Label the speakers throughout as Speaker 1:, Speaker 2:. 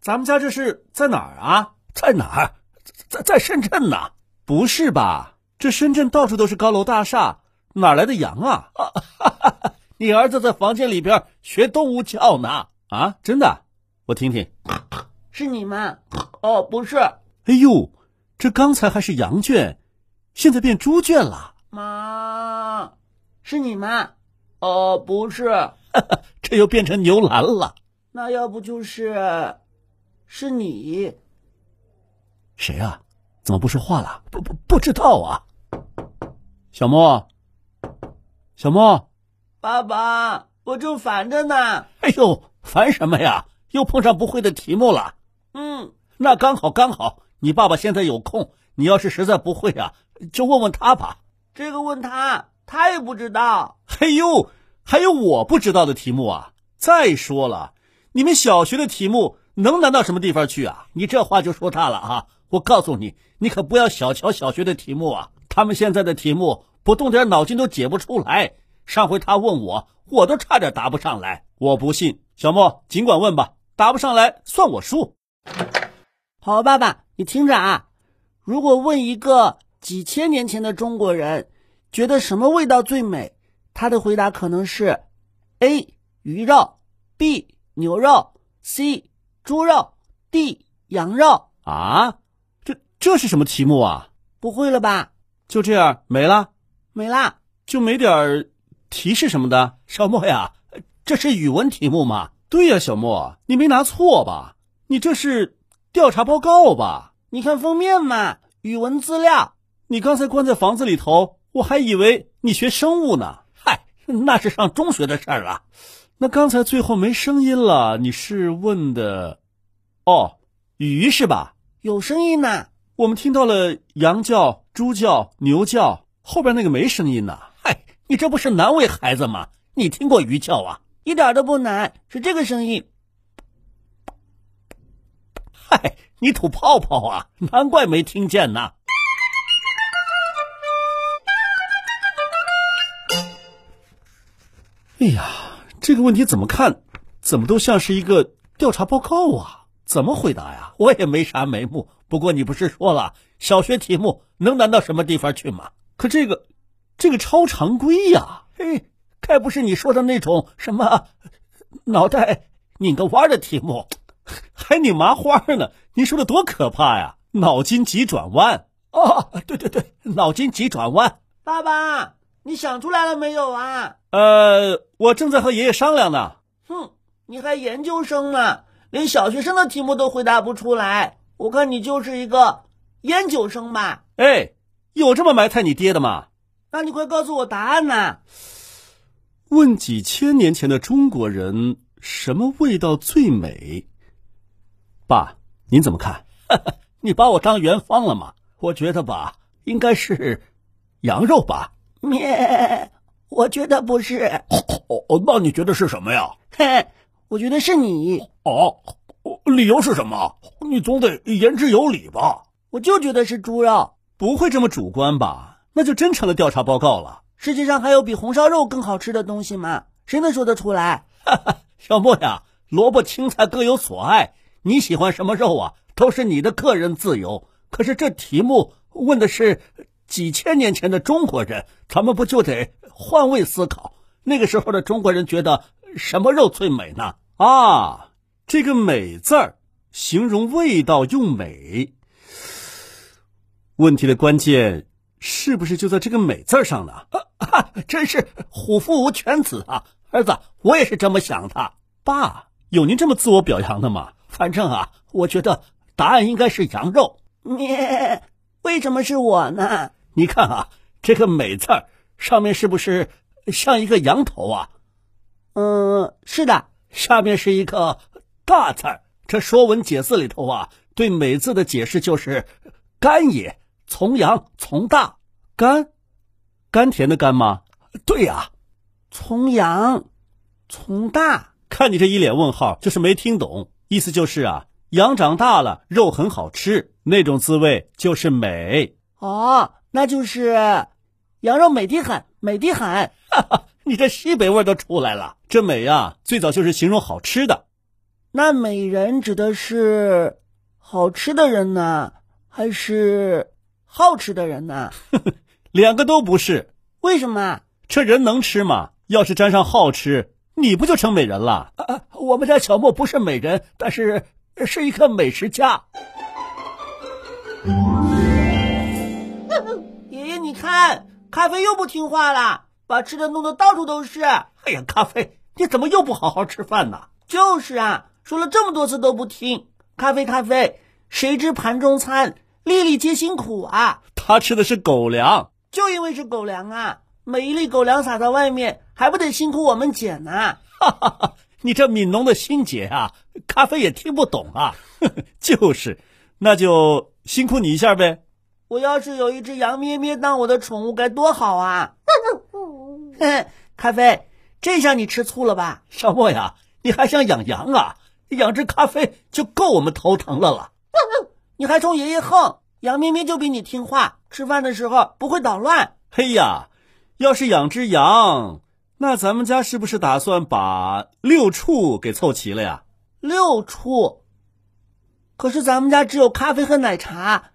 Speaker 1: 咱们家这是在哪儿啊？
Speaker 2: 在哪儿？在在深圳呐、
Speaker 1: 不是吧？这深圳到处都是高楼大厦，哪来的羊啊？ 你儿子在房间里边学动物叫呢？啊，真的？我听听。
Speaker 3: 是你吗？哦，不是，
Speaker 1: 哎呦，这刚才还是羊圈，现在变猪圈了。
Speaker 3: 妈，是你吗？哦，不是，
Speaker 1: 这又变成牛栏了。
Speaker 3: 那要不就是，是你。
Speaker 1: 谁啊？怎么不说话了？不不不知道啊。小莫，小莫，
Speaker 3: 爸爸，我正烦着呢。
Speaker 1: 哎呦，烦什么呀？又碰上不会的题目了。
Speaker 3: 嗯，
Speaker 1: 那刚好刚好，你爸爸现在有空，你要是实在不会啊，就问问他吧。
Speaker 3: 这个问他，他也不知道。
Speaker 1: 哎呦，还有我不知道的题目啊！再说了，你们小学的题目能难到什么地方去啊？你这话就说大了啊！我告诉你，你可不要小瞧小学的题目啊！他们现在的题目不动点脑筋都解不出来。上回他问我，我都差点答不上来。我不信，小莫尽管问吧，答不上来算我输。
Speaker 3: 好，爸爸，你听着啊，如果问一个几千年前的中国人，觉得什么味道最美，他的回答可能是：A. 鱼肉，B. 牛肉，C. 猪肉，D. 羊肉。
Speaker 1: 啊，这这是什么题目啊？
Speaker 3: 不会了吧？
Speaker 1: 就这样没了。
Speaker 3: 没啦。
Speaker 1: 就没点儿提示什么的？小莫呀，这是语文题目吗？对呀、小莫，你没拿错吧？你这是调查报告吧？
Speaker 3: 你看封面嘛，语文资料。
Speaker 1: 你刚才关在房子里头，我还以为你学生物呢。嗨，那是上中学的事儿了。那刚才最后没声音了，你是问的，哦，鱼是吧？
Speaker 3: 有声音呐，
Speaker 1: 我们听到了羊叫、猪叫、牛叫，后边那个没声音呐。嗨，你这不是难为孩子吗？你听过鱼叫啊？
Speaker 3: 一点都不难，是这个声音。
Speaker 1: 嗨，你吐泡泡啊？难怪没听见呢。哎呀，这个问题怎么看，怎么都像是一个调查报告啊？怎么回答呀？我也没啥眉目。不过你不是说了，小学题目能难到什么地方去吗？可这个，这个超常规呀、嘿，该不是你说的那种什么脑袋拧个弯儿的题目，还拧麻花儿呢？你说的多可怕呀！脑筋急转弯哦，对对对，脑筋急转弯。
Speaker 3: 爸爸，你想出来了没有啊？
Speaker 1: 呃，我正在和爷爷商量呢。
Speaker 3: 哼，你还研究生呢，连小学生的题目都回答不出来。我看你就是一个烟酒生吧？
Speaker 1: 哎，有这么埋汰你爹的吗？
Speaker 3: 那你快告诉我答案呐！
Speaker 1: 问几千年前的中国人什么味道最美？爸，您怎么看？ 你把我当元芳了吗？我觉得吧，应该是羊肉吧。
Speaker 3: 咩，我觉得不是，
Speaker 1: 哦哦，那你觉得是什么呀？
Speaker 3: 嘿， 我觉得是你，
Speaker 1: 哦，理由是什么？你总得言之有理吧？
Speaker 3: 我就觉得是猪肉。
Speaker 1: 不会这么主观吧？那就真成了调查报告了。
Speaker 3: 世界上还有比红烧肉更好吃的东西吗？谁能说得出来？
Speaker 1: 小莫呀，萝卜青菜各有所爱，你喜欢什么肉啊，都是你的个人自由。可是这题目问的是几千年前的中国人，咱们不就得换位思考？那个时候的中国人觉得什么肉最美呢？啊，这个“美”字儿形容味道用美。问题的关键是不是就在这个“美”字儿上呢？啊， 真是虎父无犬子啊！儿子，我也是这么想的。爸，有您这么自我表扬的吗？反正啊，我觉得答案应该是羊肉。
Speaker 3: 咩，为什么是我呢？
Speaker 1: 你看啊，这个“美”字儿上面是不是像一个羊头啊？
Speaker 3: 嗯，是的，
Speaker 1: 下面是一个大字儿，这《说文解字》里头啊，对每字的解释就是“甘也，从阳，从大，甘，甘甜的甘吗？”
Speaker 2: 对呀、
Speaker 3: 从阳，从大，
Speaker 1: 看你这一脸问号，就是没听懂。意思就是啊，羊长大了，肉很好吃，那种滋味就是美。
Speaker 3: 哦，那就是羊肉美的很，美的很。
Speaker 1: 你这西北味儿都出来了。这美呀、最早就是形容好吃的。
Speaker 3: 那美人指的是好吃的人呢，还是好吃的人呢？
Speaker 1: 两个都不是，
Speaker 3: 为什么？
Speaker 1: 这人能吃吗？要是沾上好吃，你不就成美人了？啊，我们家小莫不是美人，但是呃是一个美食家。
Speaker 3: 爷爷，你看，咖啡又不听话了，把吃的弄得到处都是。
Speaker 1: 哎呀，咖啡，你怎么又不好好吃饭呢？
Speaker 3: 就是啊，说了这么多次都不听。咖啡，咖啡，谁知盘中餐，粒粒皆辛苦啊！
Speaker 1: 他吃的是狗粮。
Speaker 3: 就因为是狗粮啊，每一粒狗粮撒到外面，还不得辛苦我们捡啊呢、
Speaker 1: 你这悯农的心结啊，咖啡也听不懂啊。 就是，那就辛苦你一下呗。
Speaker 3: 我要是有一只羊咩咩当我的宠物该多好啊！ 咖啡，这下你吃醋了吧？
Speaker 1: 小莫呀，你还想养羊啊？养只咖啡就够我们头疼了了。
Speaker 3: 你还冲爷爷横，羊咩咩就比你听话，吃饭的时候不会捣乱。
Speaker 1: 嘿呀，要是养只羊，那咱们家是不是打算把六畜给凑齐了呀？
Speaker 3: 六畜，可是咱们家只有咖啡和奶茶，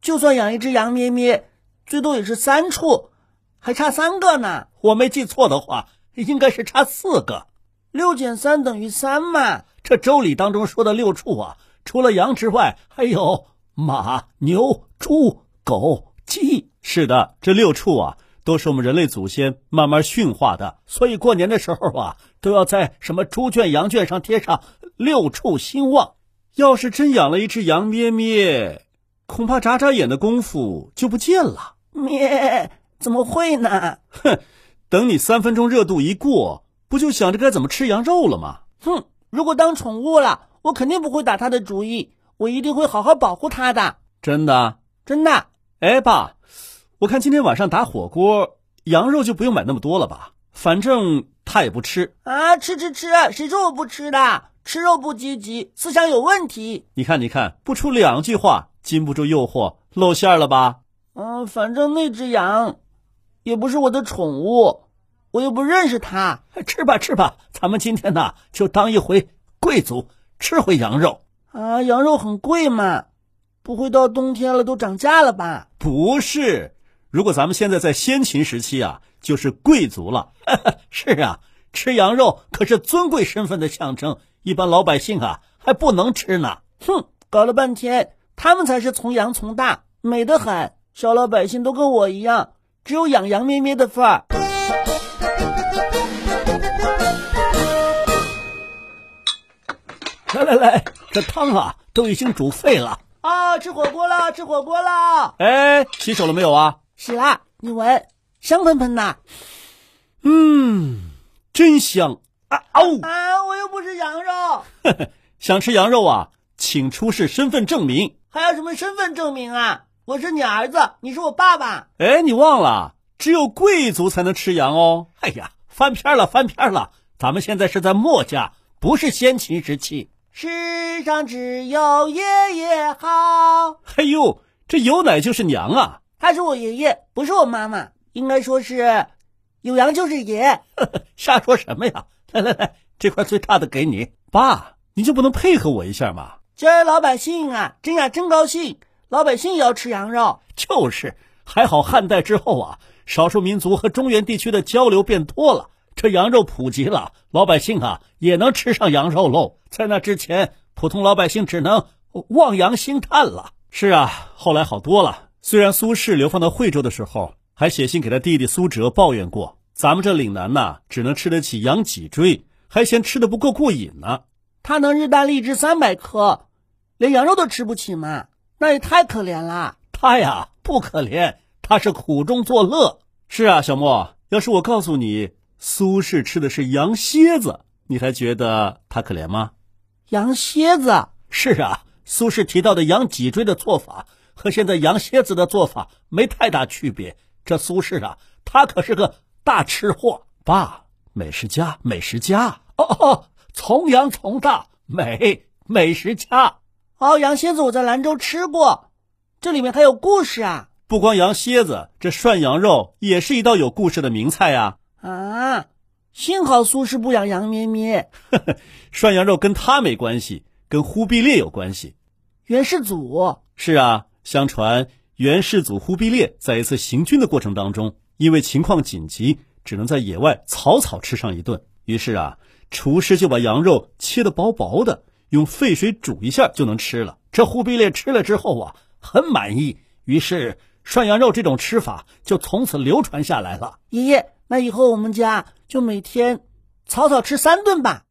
Speaker 3: 就算养一只羊咩咩，最多也是三处，还差三个呢。
Speaker 1: 我没记错的话，应该是差四个。
Speaker 3: 六减三等于三嘛。
Speaker 1: 这《周礼》当中说的六畜啊，除了羊之外，还有马、牛、猪、狗、鸡。是的，这六畜啊，都是我们人类祖先慢慢驯化的。所以过年的时候啊，都要在什么猪圈、羊圈上贴上“六畜兴旺”。要是真养了一只羊咩咩，恐怕眨眨眼的功夫就不见了。
Speaker 3: 咩，怎么会呢？
Speaker 1: 等你三分钟热度一过，不就想着该怎么吃羊肉了吗？
Speaker 3: 哼，如果当宠物了，我肯定不会打他的主意，我一定会好好保护他的，
Speaker 1: 真的。啊
Speaker 3: 真的。
Speaker 1: 哎，爸，我看今天晚上打火锅，羊肉就不用买那么多了吧？反正他也不吃。
Speaker 3: 啊，吃吃吃！谁说我不吃的？吃肉不积极，思想有问题。
Speaker 1: 你看，你看，不出两句话，禁不住诱惑，露馅儿了吧？
Speaker 3: 嗯、反正那只羊也不是我的宠物，我又不认识它。
Speaker 1: 吃吧，吃吧，咱们今天呐，就当一回贵族，吃回羊肉。
Speaker 3: 啊，羊肉很贵嘛，不会到冬天了都涨价了吧？
Speaker 1: 不是，如果咱们现在在先秦时期啊，就是贵族了。 是啊，吃羊肉可是尊贵身份的象征，一般老百姓啊还不能吃呢。
Speaker 3: 哼，搞了半天，他们才是从羊从大，美得很。小老百姓都跟我一样，只有养羊咩咩的份儿。
Speaker 1: 来来来，这汤啊都已经煮沸了。
Speaker 3: 啊，吃火锅啦，吃火锅啦！
Speaker 1: 哎，洗手了没有啊？
Speaker 3: 是啦，你闻，香喷喷的。
Speaker 1: 嗯，真香啊！哦，
Speaker 3: 啊，我又不是羊肉，
Speaker 1: 想吃羊肉啊，请出示身份证明。
Speaker 3: 还要什么身份证明啊？我是你儿子，你是我爸爸。
Speaker 1: 哎，你忘了，只有贵族才能吃羊哦。哎呀，翻篇了，翻篇了！咱们现在是在墨家，不是先秦时期。
Speaker 3: 世上只有爷爷好，
Speaker 1: 嘿哎呦，这有奶就是娘啊！
Speaker 3: 他是我爷爷，不是我妈妈，应该说是有羊就是爷。
Speaker 1: 瞎说什么呀？来来来，这块最大的给你。爸，你就不能配合我一下吗？
Speaker 3: 今儿老百姓啊，真呀真高兴，老百姓也要吃羊肉。
Speaker 1: 就是，还好汉代之后啊，少数民族和中原地区的交流变多了，这羊肉普及了，老百姓啊也能吃上羊肉喽。在那之前，普通老百姓只能望洋兴叹了。是啊，后来好多了。虽然苏轼流放到惠州的时候，还写信给他弟弟苏辙抱怨过，咱们这岭南呐、只能吃得起羊脊椎，还嫌吃的不够过瘾呢。
Speaker 3: 他能日啖荔枝三百颗，连羊肉都吃不起吗？那也太可怜了。
Speaker 1: 他呀不可怜，他是苦中作乐。是啊，小莫，要是我告诉你苏轼吃的是羊蝎子，你还觉得他可怜吗？
Speaker 3: 羊蝎子，
Speaker 1: 是啊，苏轼提到的养脊椎的做法和现在养蝎子的做法没太大区别。这苏轼啊，他可是个大吃货。爸，美食家，美食家，哦哦，崇洋崇大，美美食家。
Speaker 3: 哦，羊蝎子我在兰州吃过，这里面还有故事啊！
Speaker 1: 不光羊蝎子，这涮羊肉也是一道有故事的名菜啊。
Speaker 3: 啊，幸好苏轼不养羊咩咩。
Speaker 1: 涮羊肉跟他没关系，跟忽必烈有关系。
Speaker 3: 元世祖
Speaker 1: 是啊，相传元世祖忽必烈在一次行军的过程当中，因为情况紧急，只能在野外草草吃上一顿。于是啊，厨师就把羊肉切得薄薄的。用沸水煮一下就能吃了。这忽必烈吃了之后啊，很满意，于是涮羊肉这种吃法就从此流传下来了。
Speaker 3: 爷爷，那以后我们家就每天草草吃三顿吧。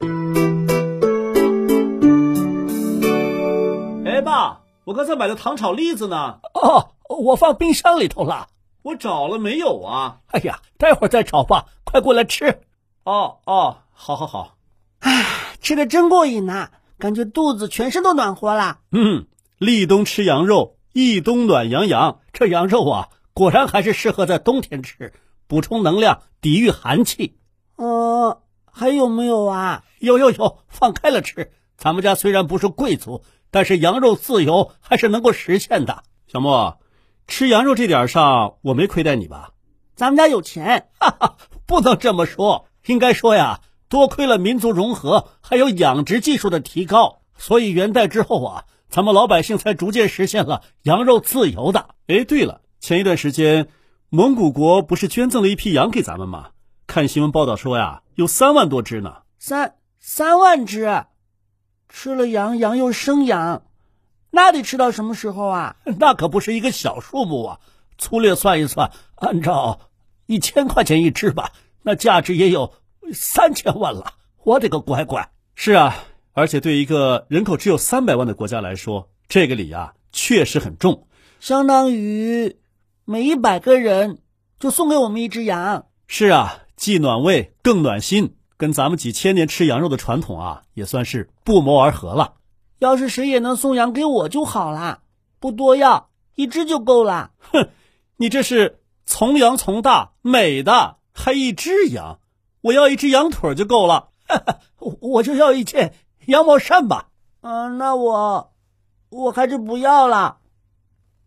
Speaker 1: 哎，爸，我刚才买的糖炒栗子呢？
Speaker 2: 哦，我放冰箱里头了。
Speaker 1: 我找了没有啊？
Speaker 2: 哎呀，待会儿再找吧。快过来吃。
Speaker 1: 哦哦，好好好。
Speaker 3: 唉，吃的真过瘾呐、啊！感觉肚子全身都暖和了。
Speaker 1: 嗯，立冬吃羊肉，一冬暖洋洋。这羊肉啊，果然还是适合在冬天吃，补充能量，抵御寒气。
Speaker 3: 呃，还有没有啊？
Speaker 1: 有有有，放开了吃。咱们家虽然不是贵族，但是羊肉自由还是能够实现的。小莫，吃羊肉这点上，我没亏待你吧？
Speaker 3: 咱们家有钱，
Speaker 1: 哈哈，不能这么说，应该说呀。多亏了民族融合，还有养殖技术的提高，所以元代之后啊，咱们老百姓才逐渐实现了羊肉自由的。哎，对了，前一段时间，蒙古国不是捐赠了一批羊给咱们吗？看新闻报道说呀，有三万多只呢。
Speaker 3: 三三万只，吃了羊，羊又生羊，那得吃到什么时候啊？
Speaker 1: 那可不是一个小数目啊！粗略算一算，按照一千块钱一只吧，那价值也有。三千万了，我的个乖乖！是啊，而且对一个人口只有三百万的国家来说，这个礼啊确实很重，
Speaker 3: 相当于每一百个人就送给我们一只羊。
Speaker 1: 是啊，既暖胃更暖心，跟咱们几千年吃羊肉的传统啊，也算是不谋而合了。
Speaker 3: 要是谁也能送羊给我就好啦，不多要一只就够了。
Speaker 1: 哼，你这是从羊从大，美的还一只羊。我要一只羊腿就够 了，
Speaker 2: 我就要一件羊毛衫吧。
Speaker 3: 嗯、呃，那我我还是不要了，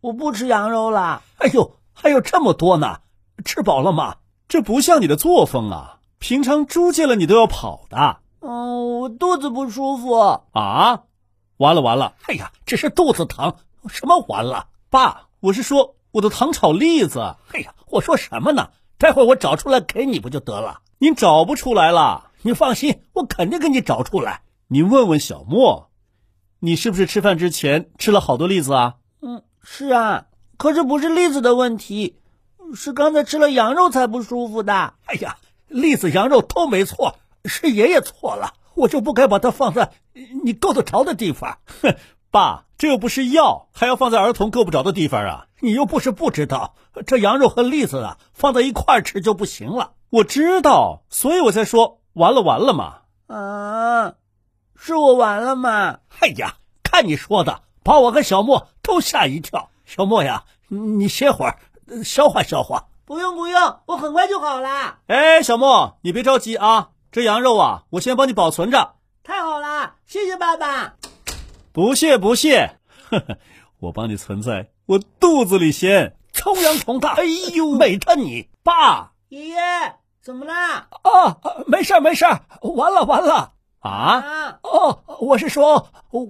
Speaker 3: 我不吃羊肉了。
Speaker 2: 哎呦，还有这么多呢，吃饱了吗？
Speaker 1: 这不像你的作风啊！平常猪见了你都要跑的。
Speaker 3: 嗯、呃，我肚子不舒服
Speaker 1: 啊！完了完了！
Speaker 2: 哎呀，只是肚子疼，什么完了？
Speaker 1: 爸，我是说我的糖炒栗子。
Speaker 2: 哎呀，我说什么呢？待会儿我找出来给你不就得了？
Speaker 1: 您找不出来了，
Speaker 2: 你放心，我肯定给你找出来。
Speaker 1: 您问问小莫，你是不是吃饭之前吃了好多栗子啊？
Speaker 3: 嗯，是啊，可是不是栗子的问题，是刚才吃了羊肉才不舒服的。
Speaker 2: 哎呀，栗子、羊肉都没错，是爷爷错了，我就不该把它放在你够得着的地方。
Speaker 1: 哼，爸，这又不是药，还要放在儿童够不着的地方啊？
Speaker 2: 你又不是不知道，这羊肉和栗子啊，放在一块儿吃就不行了。
Speaker 1: 我知道，所以我才说完了完了嘛。
Speaker 3: 啊，是我完了嘛？
Speaker 2: 哎呀，看你说的，把我和小莫都吓一跳。小莫呀，你歇会儿，消化消化。
Speaker 3: 不用不用，我很快就好啦。
Speaker 1: 哎，小莫，你别着急啊，这羊肉啊，我先帮你保存着。
Speaker 3: 太好啦，谢谢爸爸。
Speaker 1: 不谢 不谢，呵呵，我帮你存在我肚子里先。
Speaker 2: 崇洋崇大，
Speaker 1: 哎呦，
Speaker 2: 美他你爸。
Speaker 3: 爷爷，怎么啦？
Speaker 2: 哦，没事没事，完了完了
Speaker 1: 啊！
Speaker 2: 哦，我是说，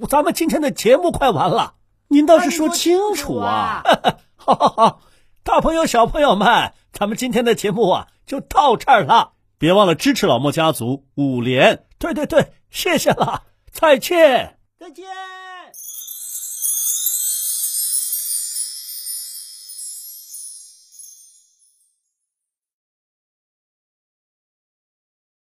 Speaker 2: 咱们今天的节目快完了，
Speaker 1: 您倒是说清楚啊！
Speaker 2: 啊 好好好，大朋友小朋友们，咱们今天的节目啊就到这儿了，
Speaker 1: 别忘了支持老莫家族五连。
Speaker 2: 对对对，谢谢了，再见，
Speaker 3: 再见。